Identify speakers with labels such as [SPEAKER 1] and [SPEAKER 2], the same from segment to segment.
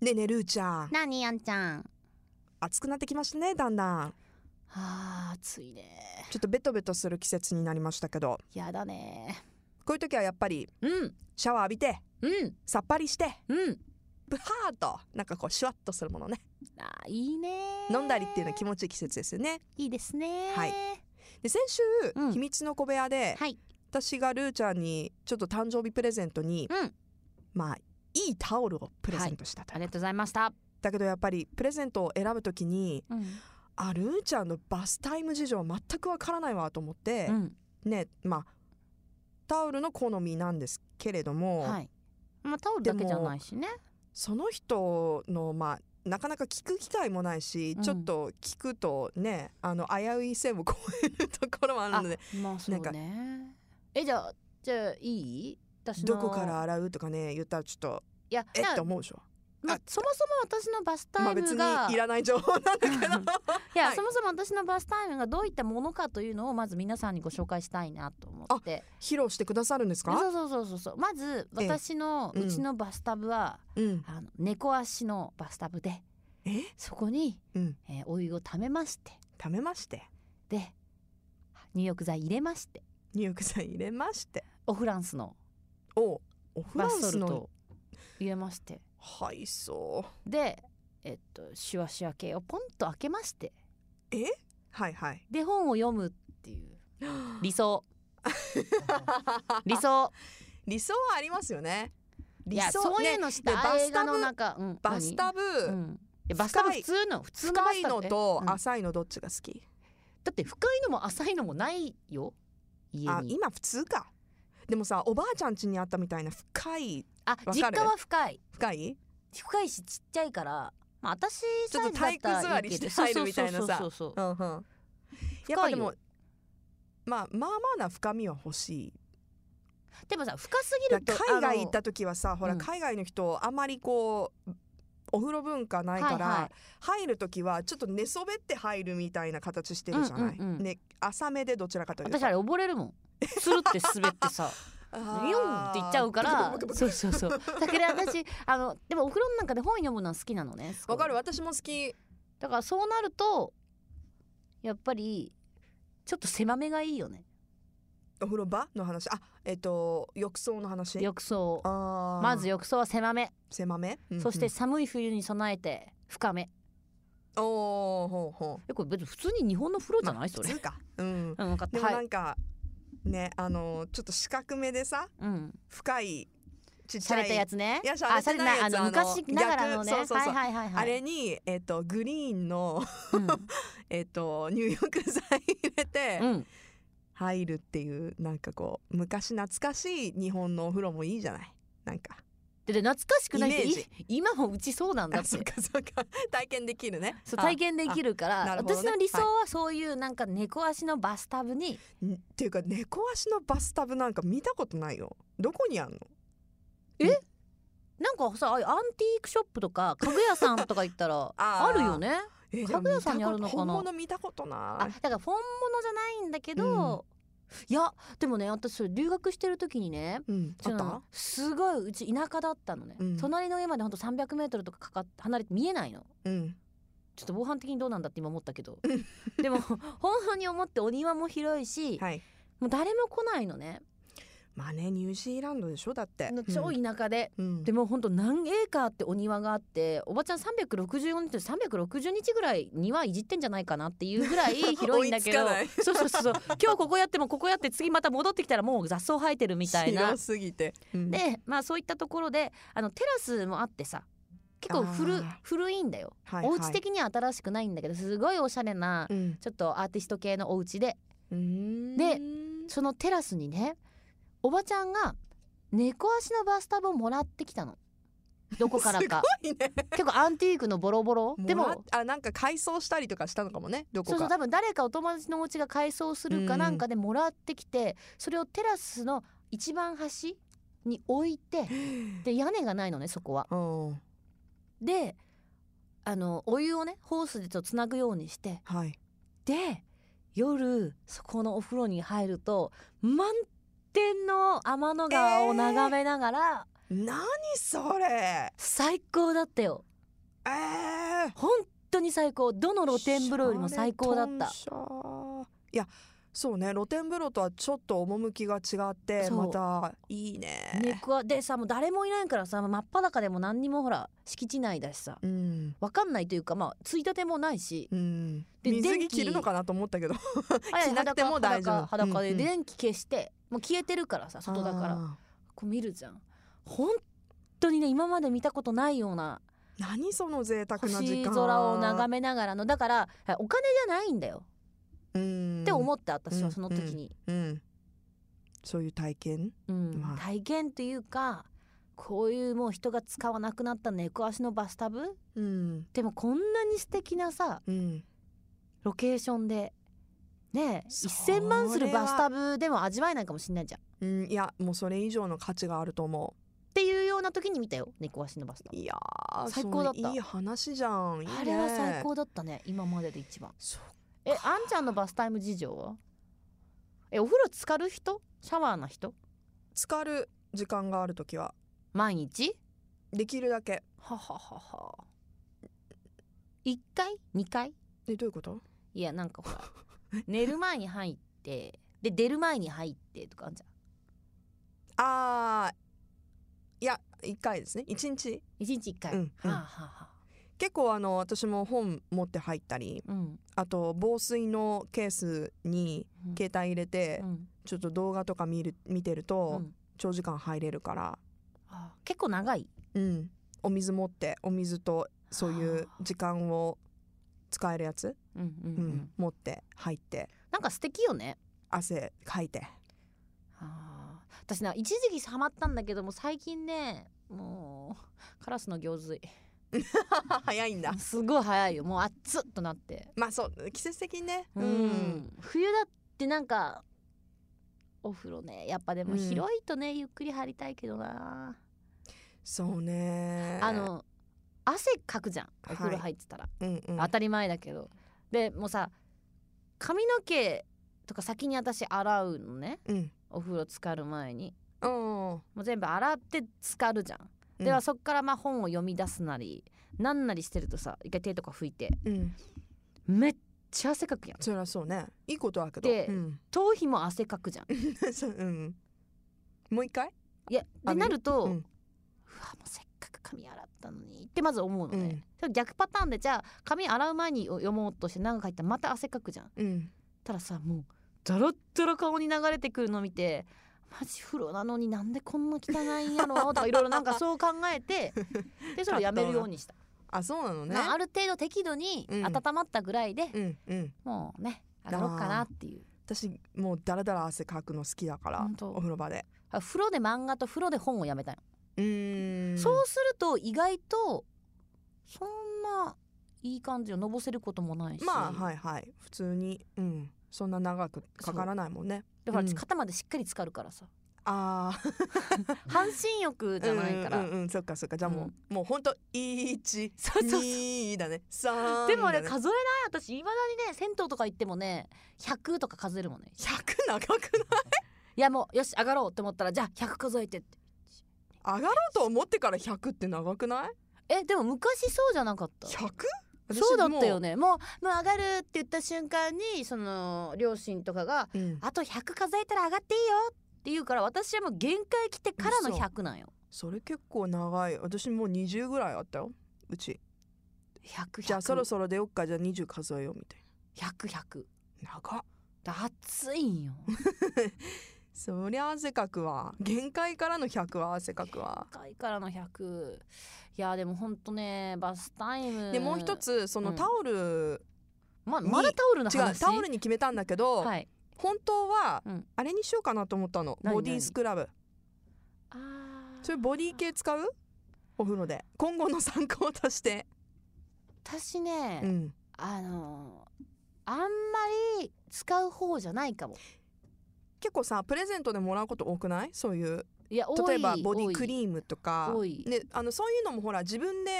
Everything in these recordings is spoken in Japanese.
[SPEAKER 1] ねえねえルーちゃん
[SPEAKER 2] なにやんちゃん。は
[SPEAKER 1] 暑くなってきましたねだんだん
[SPEAKER 2] あ、暑いね。
[SPEAKER 1] ちょっとベトベトする季節になりましたけど
[SPEAKER 2] やだね。
[SPEAKER 1] こういう時はやっぱり
[SPEAKER 2] うん、
[SPEAKER 1] シャワー浴びて
[SPEAKER 2] うん、
[SPEAKER 1] さっぱりして
[SPEAKER 2] うん。
[SPEAKER 1] ブハーっとなんかこうシュワッとするものね
[SPEAKER 2] あー、いいね。
[SPEAKER 1] 飲んだりっていうのは気持ちいい季節ですよね
[SPEAKER 2] いいですね。
[SPEAKER 1] はいで先週、
[SPEAKER 2] うん
[SPEAKER 1] 秘密の小部屋で、
[SPEAKER 2] はい
[SPEAKER 1] 私がルーちゃんにちょっと誕生日プレゼントに、
[SPEAKER 2] うん
[SPEAKER 1] まあいいタオルをプレゼントしたと、
[SPEAKER 2] ありがとうございました。
[SPEAKER 1] だけどやっぱりプレゼントを選ぶ時に
[SPEAKER 2] うん、
[SPEAKER 1] あルーちゃんのバスタイム事情全くわからないわと思って、
[SPEAKER 2] うん、
[SPEAKER 1] ねまあタオルの好みなんですけれども、
[SPEAKER 2] はい。まあ、タオルだけじゃないしね。
[SPEAKER 1] その人のまあなかなか聞く機会もないし、
[SPEAKER 2] うん
[SPEAKER 1] ちょっと聞くとねあの危うい線を超えるところもあるので
[SPEAKER 2] まあ、そうね。え、じゃあ、じゃあ、いい。私の
[SPEAKER 1] どこから。洗うとかね言ったらちょっと
[SPEAKER 2] いや、
[SPEAKER 1] えっ
[SPEAKER 2] な
[SPEAKER 1] て思うでしょ。
[SPEAKER 2] まあ
[SPEAKER 1] あ、
[SPEAKER 2] そもそも私のバス
[SPEAKER 1] ま
[SPEAKER 2] タ
[SPEAKER 1] あ
[SPEAKER 2] イ
[SPEAKER 1] 別
[SPEAKER 2] ム
[SPEAKER 1] に
[SPEAKER 2] が。
[SPEAKER 1] いらない情報なんだけど
[SPEAKER 2] いや、
[SPEAKER 1] はい
[SPEAKER 2] そもそも私のバスタイムがどういったものかというのをまず皆さんにご紹介したいなと思って
[SPEAKER 1] 披露してくださるんですか？
[SPEAKER 2] そうそうそうそうそうまず
[SPEAKER 1] ええ
[SPEAKER 2] 私の
[SPEAKER 1] うん
[SPEAKER 2] うちのバスタブは、
[SPEAKER 1] うん。
[SPEAKER 2] あの猫足のバスタブで
[SPEAKER 1] え？
[SPEAKER 2] そこに、
[SPEAKER 1] うん。
[SPEAKER 2] えーお湯をためまして
[SPEAKER 1] 貯めまして
[SPEAKER 2] で入浴剤入れまして
[SPEAKER 1] 入浴剤入れまして
[SPEAKER 2] おフランスの
[SPEAKER 1] おおフラ
[SPEAKER 2] バ
[SPEAKER 1] ン
[SPEAKER 2] スソ
[SPEAKER 1] ス
[SPEAKER 2] ルト
[SPEAKER 1] の
[SPEAKER 2] を入れまして
[SPEAKER 1] 配送
[SPEAKER 2] でえっとシュワシュワ系をポンと開けまして
[SPEAKER 1] はい はい。
[SPEAKER 2] で本を読むっていう 理想理想
[SPEAKER 1] 理想はありますよね。
[SPEAKER 2] い
[SPEAKER 1] 理
[SPEAKER 2] や
[SPEAKER 1] 想
[SPEAKER 2] そういう
[SPEAKER 1] ね
[SPEAKER 2] のした
[SPEAKER 1] でバスタブ
[SPEAKER 2] 映画の中、うん、
[SPEAKER 1] バスタブ、
[SPEAKER 2] 何うんいやバスタブ
[SPEAKER 1] 深い
[SPEAKER 2] 普通の普通のバ
[SPEAKER 1] 深
[SPEAKER 2] ス
[SPEAKER 1] い
[SPEAKER 2] タブ
[SPEAKER 1] のと
[SPEAKER 2] えうん
[SPEAKER 1] 浅いのどっちが好き？
[SPEAKER 2] だって深いのも浅いのもないよ家
[SPEAKER 1] あ
[SPEAKER 2] に
[SPEAKER 1] 今普通か。でもさおばあちゃん家にあったみたいな深い
[SPEAKER 2] あ
[SPEAKER 1] る
[SPEAKER 2] 実家は深い
[SPEAKER 1] 深い
[SPEAKER 2] 深いしちっちゃいからまあ私
[SPEAKER 1] ちょっと
[SPEAKER 2] サイズだ
[SPEAKER 1] 体
[SPEAKER 2] ったら
[SPEAKER 1] 育座り
[SPEAKER 2] いいけど
[SPEAKER 1] して入るみたいなさ
[SPEAKER 2] そうそうそうそうそう
[SPEAKER 1] うんうん。やっぱでも
[SPEAKER 2] 深
[SPEAKER 1] まあまあまあな深みは欲しい
[SPEAKER 2] でもさ深すぎ
[SPEAKER 1] だ
[SPEAKER 2] ると
[SPEAKER 1] から海外行っ
[SPEAKER 2] あ
[SPEAKER 1] た時はさほ
[SPEAKER 2] う
[SPEAKER 1] ら
[SPEAKER 2] ん
[SPEAKER 1] 海外の人あまりこうお風呂文化ないから、
[SPEAKER 2] はいはい
[SPEAKER 1] 入る時はちょっと寝そべって入るみたいな形してるじゃない、
[SPEAKER 2] うんうんうん
[SPEAKER 1] ね浅めでどちらかというと
[SPEAKER 2] の私あれ溺れるもんスルって滑って さ
[SPEAKER 1] あー
[SPEAKER 2] ニョンって言っちゃうから
[SPEAKER 1] ブクブクブクブク
[SPEAKER 2] そうそうそうだから私あのでもお風呂の中で本読むのは好きなのねすご い
[SPEAKER 1] わかる私も好き
[SPEAKER 2] だからそうなるとやっぱりちょっと狭めがいいよね
[SPEAKER 1] お風呂場の話あえっ、と浴槽の話
[SPEAKER 2] 浴槽
[SPEAKER 1] あー
[SPEAKER 2] まず浴槽は狭め
[SPEAKER 1] 狭め、うんうん
[SPEAKER 2] そして寒い冬に備えて深め
[SPEAKER 1] おーほうほう
[SPEAKER 2] えこれ別に普通に日本の風呂じゃない、それ
[SPEAKER 1] 普通かうん
[SPEAKER 2] うん分かっ
[SPEAKER 1] で
[SPEAKER 2] た
[SPEAKER 1] もな
[SPEAKER 2] はい
[SPEAKER 1] んか、ねあのちょっと四角めでさ
[SPEAKER 2] うん
[SPEAKER 1] 深いちっちゃ
[SPEAKER 2] 洒落
[SPEAKER 1] い
[SPEAKER 2] たやつね
[SPEAKER 1] いや洒
[SPEAKER 2] あ
[SPEAKER 1] 落てないやつあ
[SPEAKER 2] 洒落あの
[SPEAKER 1] の
[SPEAKER 2] 昔ながらのね
[SPEAKER 1] 逆そうそうそう
[SPEAKER 2] はいはいはいはい
[SPEAKER 1] あれに、えっとグリーンの、
[SPEAKER 2] うん
[SPEAKER 1] えっと入浴剤入れて
[SPEAKER 2] うん
[SPEAKER 1] 入るっていうなんかこう昔懐かしい日本のお風呂もいいじゃないなんか
[SPEAKER 2] でで懐かしくないって
[SPEAKER 1] イメージ
[SPEAKER 2] い今もうちそうなんだっ
[SPEAKER 1] あ
[SPEAKER 2] て
[SPEAKER 1] そっかそっか体験できるね
[SPEAKER 2] そう
[SPEAKER 1] あ
[SPEAKER 2] 体験できるから、
[SPEAKER 1] あなるほどね
[SPEAKER 2] 私の理想はそういうなんか猫足のバスタブに
[SPEAKER 1] んっていうか猫足のバスタブなんか見たことないよどこにあんの
[SPEAKER 2] なんかさああいうアンティークショップとか家具屋さんとか行ったら
[SPEAKER 1] あ
[SPEAKER 2] あ
[SPEAKER 1] ー
[SPEAKER 2] るよね
[SPEAKER 1] えー
[SPEAKER 2] 家具屋さんにあるのかな
[SPEAKER 1] でも見たこと本物見たこと
[SPEAKER 2] あ
[SPEAKER 1] な
[SPEAKER 2] だ
[SPEAKER 1] い
[SPEAKER 2] から本物じゃないんだけど、いやでもね私それ留学してる時にね
[SPEAKER 1] うんあ
[SPEAKER 2] そ
[SPEAKER 1] っ
[SPEAKER 2] の
[SPEAKER 1] た
[SPEAKER 2] すごいうち田舎だったのね、
[SPEAKER 1] うん
[SPEAKER 2] 隣の家までほんと300メートルとかかかっ離れて見えないの
[SPEAKER 1] うん
[SPEAKER 2] ちょっと防犯的にどうなんだって今思ったけど でも本当に思ってお庭も広いし、
[SPEAKER 1] はい
[SPEAKER 2] もう誰も来ないのね
[SPEAKER 1] まあねニュージーランドでしょだって
[SPEAKER 2] の超田舎で、
[SPEAKER 1] うんうん
[SPEAKER 2] でもほんと何エーカーってお庭があっておばちゃん364日360日ぐらい庭いじってんじゃないかなっていうぐらい 広いんだけ
[SPEAKER 1] 追いつか
[SPEAKER 2] ど
[SPEAKER 1] ない
[SPEAKER 2] そうそうそ うそう今日ここやってもここやって次また戻ってきたらもう雑草生えてるみたいな
[SPEAKER 1] 広すぎて、うん
[SPEAKER 2] でまあそういったところであのテラスもあってさ結構古
[SPEAKER 1] あー
[SPEAKER 2] 古いんだよ、
[SPEAKER 1] はいはい
[SPEAKER 2] お家的には新しくないんだけどすごいおしゃれな
[SPEAKER 1] うん
[SPEAKER 2] ちょっとアーティスト系のお家で
[SPEAKER 1] うーん
[SPEAKER 2] でそのテラスにねおばちゃんが猫足のバスタブをもらってきたのどこからか
[SPEAKER 1] すごいね
[SPEAKER 2] 結構アンティークのボロボロで
[SPEAKER 1] もらっ
[SPEAKER 2] も
[SPEAKER 1] あなんか改装したりとかしたのかもねどこ
[SPEAKER 2] そう
[SPEAKER 1] か
[SPEAKER 2] そう多分誰かお友達のお家が改装するかなんかでもらってきてそれをテラスの一番端に置いてで屋根がないのねそこは。
[SPEAKER 1] うん
[SPEAKER 2] であのお湯をねホースでちょっとつなぐようにして
[SPEAKER 1] はい
[SPEAKER 2] で夜そこのお風呂に入ると満天の天の川を眺めながら、
[SPEAKER 1] 何それ
[SPEAKER 2] 最高だったよ
[SPEAKER 1] えー、
[SPEAKER 2] 本当に最高どの露天風呂よりも最高だった
[SPEAKER 1] シャレトンシャいやそうね露天風呂とはちょっと趣が違って
[SPEAKER 2] そう
[SPEAKER 1] またいいね
[SPEAKER 2] ネクアでさもう誰もいないからさ真っ裸でも何にもほら敷地内だしさ
[SPEAKER 1] うん
[SPEAKER 2] わかんないというかまあついたてもな いし
[SPEAKER 1] うん、
[SPEAKER 2] で
[SPEAKER 1] 水
[SPEAKER 2] 電
[SPEAKER 1] 着
[SPEAKER 2] 気
[SPEAKER 1] 着るのかなと思ったけど着なくても大丈夫
[SPEAKER 2] 裸裸裸
[SPEAKER 1] う
[SPEAKER 2] で
[SPEAKER 1] んうん
[SPEAKER 2] 電気消して、もう消えてるからさ外だから
[SPEAKER 1] あ
[SPEAKER 2] こう見るじゃん本当にね今まで見たことないような
[SPEAKER 1] ー何その贅沢な時
[SPEAKER 2] 星
[SPEAKER 1] 間
[SPEAKER 2] 空を眺めながらのだからお金じゃないんだよ
[SPEAKER 1] め、うん、
[SPEAKER 2] って思って私
[SPEAKER 1] う
[SPEAKER 2] は
[SPEAKER 1] ん
[SPEAKER 2] その時に、
[SPEAKER 1] うん、そういう体験
[SPEAKER 2] うん
[SPEAKER 1] まあ
[SPEAKER 2] 体験というかこういうもう人が使わなくなった猫足のバスタブ
[SPEAKER 1] うん
[SPEAKER 2] でもこんなに素敵なさ
[SPEAKER 1] うん
[SPEAKER 2] ロケーションでねえ
[SPEAKER 1] そ
[SPEAKER 2] 1,000万するバスタブでも味わえないかもしれないじゃんっ
[SPEAKER 1] うん、いやもうそれ以上の価値があると思
[SPEAKER 2] ていうような時に見たよ猫足のバスタ
[SPEAKER 1] う
[SPEAKER 2] ブ
[SPEAKER 1] いやー
[SPEAKER 2] 最高だった
[SPEAKER 1] それいい話じゃんいい、ね、
[SPEAKER 2] あれは最高だったね今までで一番
[SPEAKER 1] そう
[SPEAKER 2] えあんちゃんのバスタイム事情はえお風呂浸かる人シャワーの人
[SPEAKER 1] 浸かる時間がある時は
[SPEAKER 2] 毎日
[SPEAKER 1] できるだけ
[SPEAKER 2] はははは1回2回
[SPEAKER 1] えどういうこと
[SPEAKER 2] いやなんかほら 寝る前に入ってで出る前に入ってとかあんじゃん
[SPEAKER 1] あーいや1回ですね1日
[SPEAKER 2] 一日一回、
[SPEAKER 1] うんうん
[SPEAKER 2] はあ、はあはあ、
[SPEAKER 1] 結構あの私も本持って入ったり
[SPEAKER 2] うん
[SPEAKER 1] あと防水のケースに
[SPEAKER 2] うん
[SPEAKER 1] 携帯入れて、
[SPEAKER 2] うん
[SPEAKER 1] ちょっと動画とか見る見てる
[SPEAKER 2] う
[SPEAKER 1] と
[SPEAKER 2] ん
[SPEAKER 1] 長時間入れるから、
[SPEAKER 2] ああ結構長い
[SPEAKER 1] うん、お水持ってお水とそういう時間を使えるやつ、
[SPEAKER 2] うんうん
[SPEAKER 1] う
[SPEAKER 2] うんん、
[SPEAKER 1] 持って入って
[SPEAKER 2] なんか素敵よね
[SPEAKER 1] 汗かいて
[SPEAKER 2] ああ私な一時期ハマったんだけども最近ねもうカラスの行水
[SPEAKER 1] 早いんだ
[SPEAKER 2] すごい早いよもう熱っとなって
[SPEAKER 1] まあそう季節的にね
[SPEAKER 2] うん、冬だってなんかお風呂ねやっぱでも
[SPEAKER 1] うん
[SPEAKER 2] 広いとね、ゆっくり入りたいけどな
[SPEAKER 1] そうね
[SPEAKER 2] あの汗かくじゃんお風呂入ってたら、
[SPEAKER 1] うんうん
[SPEAKER 2] 当たり前だけどでもうさ髪の毛とか先に私洗うのね
[SPEAKER 1] うん
[SPEAKER 2] お風呂浸かる前に
[SPEAKER 1] うん
[SPEAKER 2] もう全部洗って浸かるじゃん、
[SPEAKER 1] うん
[SPEAKER 2] ではそっからまあ本を読み出すなりなんなりしてるとさ一回手とか拭いて
[SPEAKER 1] うん
[SPEAKER 2] めっちゃ汗かくやん
[SPEAKER 1] そりゃそうねいいことだけど
[SPEAKER 2] で
[SPEAKER 1] うん
[SPEAKER 2] 頭皮も汗かくじゃん
[SPEAKER 1] そううんもう一回
[SPEAKER 2] いやで
[SPEAKER 1] あ
[SPEAKER 2] なると、
[SPEAKER 1] うん
[SPEAKER 2] うわもうせっかく髪洗ったのにってまず思うの
[SPEAKER 1] う
[SPEAKER 2] ね
[SPEAKER 1] ん、
[SPEAKER 2] でも逆パターンでじゃあ髪洗う前に読もうとして長く入ったらまた汗かくじゃん
[SPEAKER 1] うん
[SPEAKER 2] たらさもうダラッダラ顔に流れてくるの見てマジ風呂なのになんでこんな汚いんや ろとかいろいろなんかそう考えてでそれをやめるようにした、
[SPEAKER 1] あそうなのね
[SPEAKER 2] まあ、ある程度適度に
[SPEAKER 1] うん
[SPEAKER 2] 温まったぐらいで、
[SPEAKER 1] うんうん
[SPEAKER 2] もうね上がろうかなっていう
[SPEAKER 1] 私もうダラダラ汗かくの好きだから
[SPEAKER 2] 本当
[SPEAKER 1] お風呂場で
[SPEAKER 2] あ風呂で漫画と風呂で本をやめたよ、
[SPEAKER 1] うーん
[SPEAKER 2] そうすると意外とそんないい感じをのぼせることもないし、
[SPEAKER 1] まあはいはい普通にうんそんな長くかからないもんね
[SPEAKER 2] だから
[SPEAKER 1] うん
[SPEAKER 2] 肩までしっかり浸かるからさ、
[SPEAKER 1] ああ
[SPEAKER 2] 半身浴じゃないから、
[SPEAKER 1] うんうんうんそっかそっかじゃあもう、もうほんと一
[SPEAKER 2] そうそうそう
[SPEAKER 1] 二だね三
[SPEAKER 2] でもね
[SPEAKER 1] だね
[SPEAKER 2] 数えない私いまだにね銭湯とか行ってもね100とか数えるもんね
[SPEAKER 1] 百長くない
[SPEAKER 2] いやもうよし上がろうって思ったらじゃあ100数えてって
[SPEAKER 1] 上がろうと思ってから百って長くない
[SPEAKER 2] えでも昔そうじゃなかった
[SPEAKER 1] 百
[SPEAKER 2] そうだったよねもうもう上がるって言った瞬間にその両親とかが
[SPEAKER 1] うん
[SPEAKER 2] 「あと100数えたら上がっていいよ」って言うから私はもう限界来てからの
[SPEAKER 1] 嘘
[SPEAKER 2] 100なんよ
[SPEAKER 1] それ結構長い私もう二十ぐらいあったようち
[SPEAKER 2] 100
[SPEAKER 1] じゃあそろ
[SPEAKER 2] 100
[SPEAKER 1] そろ出よっかじゃあ二十数えようみたい
[SPEAKER 2] 100 100
[SPEAKER 1] な長っ
[SPEAKER 2] 熱いんよ
[SPEAKER 1] そりゃ汗かくわ限界からの100は汗かくわ
[SPEAKER 2] 限界からの100いやでもほんとねバスタイム
[SPEAKER 1] でもう一つその
[SPEAKER 2] うん
[SPEAKER 1] タオル、
[SPEAKER 2] ま
[SPEAKER 1] に
[SPEAKER 2] まだタオルの
[SPEAKER 1] 違う
[SPEAKER 2] 話
[SPEAKER 1] タオルに決めたんだけど、
[SPEAKER 2] はい
[SPEAKER 1] 本当は
[SPEAKER 2] うん
[SPEAKER 1] あれにしようかなと思ったの
[SPEAKER 2] 何
[SPEAKER 1] ボディスクラブ
[SPEAKER 2] あー
[SPEAKER 1] それボディ系使うお風呂で今後の参考として、
[SPEAKER 2] 私ね、
[SPEAKER 1] うん、
[SPEAKER 2] あのーあんまり使う方じゃないかも
[SPEAKER 1] 結構さプレゼントでもらうこと多くないそういう
[SPEAKER 2] いや
[SPEAKER 1] 例えばボディク
[SPEAKER 2] ー
[SPEAKER 1] リームとか
[SPEAKER 2] 多い
[SPEAKER 1] ね、あのそういうのもほら自分で、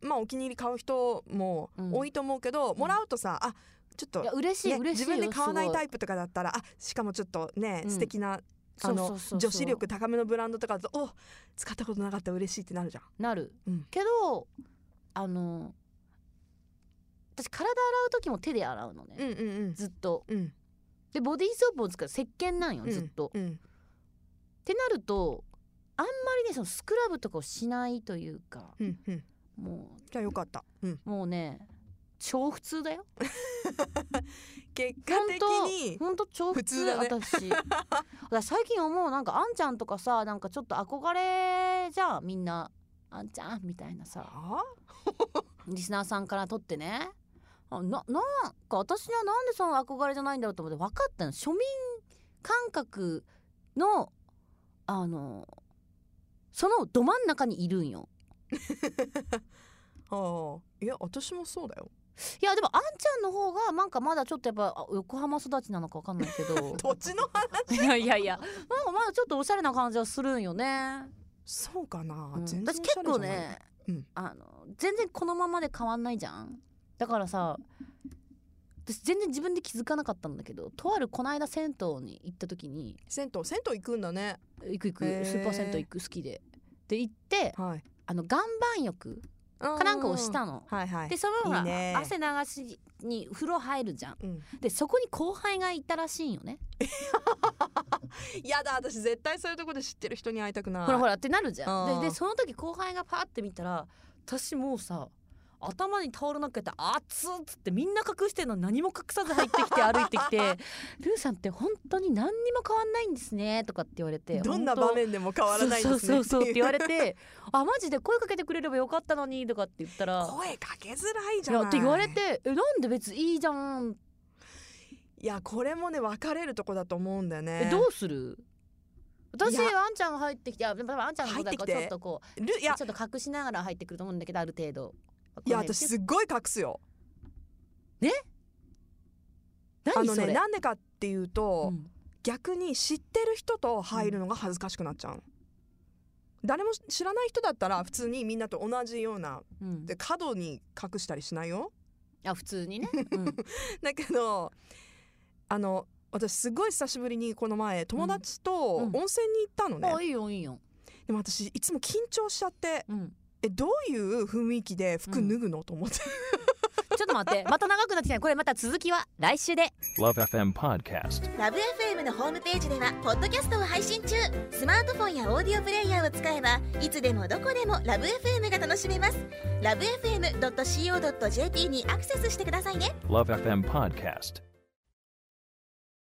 [SPEAKER 1] まあ、お気に入り買う人も
[SPEAKER 2] うん
[SPEAKER 1] 多いと思うけど、
[SPEAKER 2] ん
[SPEAKER 1] もらうとさあちょっと
[SPEAKER 2] いや嬉しい、
[SPEAKER 1] ね、
[SPEAKER 2] 嬉し
[SPEAKER 1] 自
[SPEAKER 2] い
[SPEAKER 1] 分で買わないタ
[SPEAKER 2] イ
[SPEAKER 1] イプとかだったらあしかもちょっとね、
[SPEAKER 2] うん
[SPEAKER 1] 素敵なあの女子力高めのブランドとかだとお使ったことなかった嬉しいってなるじゃん。
[SPEAKER 2] なる、
[SPEAKER 1] うん
[SPEAKER 2] けどあの私体洗う時も手で洗うのね、
[SPEAKER 1] うんうんうん
[SPEAKER 2] ずっと
[SPEAKER 1] うん
[SPEAKER 2] でボディーソープを使う石鹸なんよ
[SPEAKER 1] うん
[SPEAKER 2] ずっと、
[SPEAKER 1] う
[SPEAKER 2] っ
[SPEAKER 1] ん
[SPEAKER 2] てなるとあんまりねそのスクラブとかをしないというか
[SPEAKER 1] うんうん
[SPEAKER 2] も
[SPEAKER 1] じゃあよかった、うん、
[SPEAKER 2] うもうね超普通だよ
[SPEAKER 1] 結果
[SPEAKER 2] 本
[SPEAKER 1] 的に
[SPEAKER 2] 当本当超普通
[SPEAKER 1] 普通だ
[SPEAKER 2] 私私最近思うなんかあんちゃんとかさなんかちょっと憧れじゃんみんなあんちゃんみたいなさ
[SPEAKER 1] あ
[SPEAKER 2] リスナーさんから取ってねあななんか私にはなんでその憧れじゃないんだろうと思って分かったの庶民感覚のあのそのど真ん中にいるんよ
[SPEAKER 1] あーいや私もそうだよ
[SPEAKER 2] いやでもあんちゃんの方がなんかまだちょっとやっぱあ横浜育ちなのか分かんないけ ど
[SPEAKER 1] 土地の話
[SPEAKER 2] いやいやいやなんかまだちょっとおしゃれな感じはするんよね
[SPEAKER 1] そうかな、
[SPEAKER 2] うん
[SPEAKER 1] 全然
[SPEAKER 2] 私
[SPEAKER 1] おし
[SPEAKER 2] 結
[SPEAKER 1] ゃれじ
[SPEAKER 2] 構
[SPEAKER 1] ゃない
[SPEAKER 2] ね、
[SPEAKER 1] うん
[SPEAKER 2] あの全然このままで変わんないじゃんだからさ私全然自分で気づかなかったんだけどとあるこないだ銭湯に行った時に
[SPEAKER 1] 銭湯銭湯行くんだね
[SPEAKER 2] 行く行く
[SPEAKER 1] へー
[SPEAKER 2] スーパー銭湯行く好きでで行って
[SPEAKER 1] はい
[SPEAKER 2] あの岩盤浴か
[SPEAKER 1] か
[SPEAKER 2] なんかをしたの。
[SPEAKER 1] はいはい
[SPEAKER 2] でそのほら
[SPEAKER 1] いいね
[SPEAKER 2] 汗流しに風呂入るじゃん
[SPEAKER 1] うん、
[SPEAKER 2] でそこに後輩がいたらしいんよね
[SPEAKER 1] やだ私絶対そういうとこで知ってる人に会いたくない
[SPEAKER 2] ほらほらってなるじゃ
[SPEAKER 1] うん
[SPEAKER 2] ん。ででその時後輩がパーって見たら私もうさ頭にタオルのっけて「熱っ!」っつってみんな隠してんのに何も隠さず入ってき て歩いてきて「ルーさんって本当に何にも変わんないんですね」とかって言われて
[SPEAKER 1] どんな場
[SPEAKER 2] 本当
[SPEAKER 1] 面でも変わらないですね
[SPEAKER 2] そうそうそうそうって言わ
[SPEAKER 1] れ
[SPEAKER 2] れて「あマジで声かけてくれればよかったのに」とかって言ったら「
[SPEAKER 1] 声かけづらい
[SPEAKER 2] い
[SPEAKER 1] じゃな
[SPEAKER 2] や」
[SPEAKER 1] い
[SPEAKER 2] って言われて「えなんで別にいいじゃん」
[SPEAKER 1] いやこれもね分かれるとこだと思うんだよ
[SPEAKER 2] え
[SPEAKER 1] ね
[SPEAKER 2] どうする私
[SPEAKER 1] いや
[SPEAKER 2] あんちゃんが入ってきてあでも多分あんちゃんの方だからちょっとこう
[SPEAKER 1] るいや
[SPEAKER 2] ちょっと隠しながら入ってくると思うんだけどある程度
[SPEAKER 1] いや私すっごい隠すよあ
[SPEAKER 2] 何
[SPEAKER 1] の
[SPEAKER 2] そ
[SPEAKER 1] ね
[SPEAKER 2] れ
[SPEAKER 1] なんでかっていうと、
[SPEAKER 2] うん
[SPEAKER 1] 逆に知ってる人と入るのが恥ずかしくなっちゃう、誰も知らない人だったら普通にみんなと同じような
[SPEAKER 2] うん
[SPEAKER 1] で角に隠したりしないよ
[SPEAKER 2] あ普 通にね、うん
[SPEAKER 1] だけどあの私すごい久しぶりにこの前友達と
[SPEAKER 2] う
[SPEAKER 1] 温
[SPEAKER 2] んうん
[SPEAKER 1] 泉に行ったのね、
[SPEAKER 2] あいいよいいよ、
[SPEAKER 1] でも私いつも緊張しちゃって
[SPEAKER 2] うん、
[SPEAKER 1] えどういう雰囲気で服脱ぐの、と思って
[SPEAKER 2] ちょっと待ってまた長くなってきたこれまた続きは来週で
[SPEAKER 3] Love FM Podcast.
[SPEAKER 4] ラブ f m のホームページではポッドキャストを配信中スマートフォンやオーディオプレイヤーを使えばいつでもどこでもラブ f m が楽しめますラブ FM.co.jp にアクセスしてくださいね
[SPEAKER 3] Love FM Podcast.